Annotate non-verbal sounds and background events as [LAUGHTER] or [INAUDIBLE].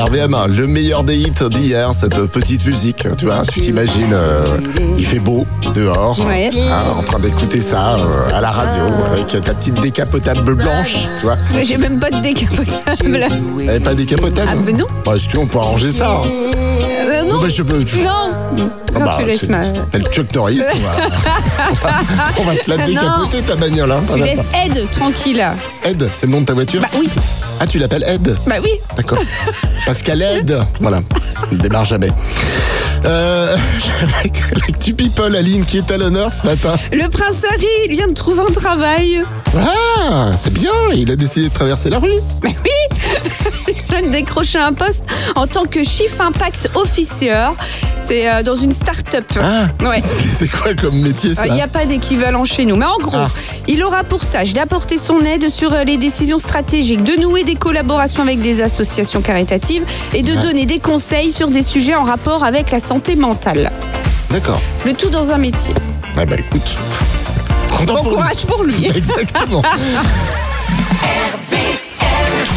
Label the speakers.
Speaker 1: RVM, le meilleur des hits d'hier, cette petite musique, hein, tu vois, tu t'imagines, euh, il fait beau dehors,
Speaker 2: Ouais.
Speaker 1: hein, en train d'écouter ça euh, à la radio, avec ta petite décapotable blanche, tu vois.
Speaker 2: Mais J'ai même pas de [LAUGHS] décapotable. là.
Speaker 1: Elle est pas décapotable
Speaker 2: Ah, mais non.
Speaker 1: Bah, si tu veux, on peut arranger ça. hein.
Speaker 2: Euh, non,
Speaker 1: Bah, je peux- tu-
Speaker 2: non,
Speaker 1: Ah
Speaker 2: non,
Speaker 1: bah,
Speaker 2: tu laisses
Speaker 1: tu-
Speaker 2: ma.
Speaker 1: t'appelles Chuck
Speaker 2: [LAUGHS]
Speaker 1: Norris, on va, on va te la décapoter ta bagnole. Hein,
Speaker 2: Tu laisses Ed tranquille.
Speaker 1: Ed, c'est le nom de ta voiture
Speaker 2: Bah oui,
Speaker 1: Ah, tu l'appelles Ed
Speaker 2: bah oui.
Speaker 1: D'accord. Pascal Aide. Voilà. Il démarre jamais. Euh, [LAUGHS] L'actu people, Aline, qui est à l'honneur ce matin.
Speaker 2: Le prince Harry, il vient de trouver un travail.
Speaker 1: Ah, c'est bien. Il a décidé de traverser la rue.
Speaker 2: Bah oui Il vient de décrocher un poste en tant que Chief Impact Officer. C'est euh, dans une start-up.
Speaker 1: Ah.
Speaker 2: Ouais. euh,
Speaker 1: C'est c'est quoi comme métier ça
Speaker 2: Il n'y a pas d'équivalent chez nous. Mais en gros,
Speaker 1: Ah.
Speaker 2: il aura pour tâche d'apporter son aide sur euh, les décisions stratégiques, de nouer des collaborations avec des associations caritatives et
Speaker 1: Ah.
Speaker 2: de donner des conseils sur des sujets en rapport avec la santé mentale.
Speaker 1: D'accord.
Speaker 2: Le tout dans un métier.
Speaker 1: Ah bah écoute. Content
Speaker 2: Bon
Speaker 1: pour lui.
Speaker 2: courage pour lui.
Speaker 1: Exactement.
Speaker 3: Tous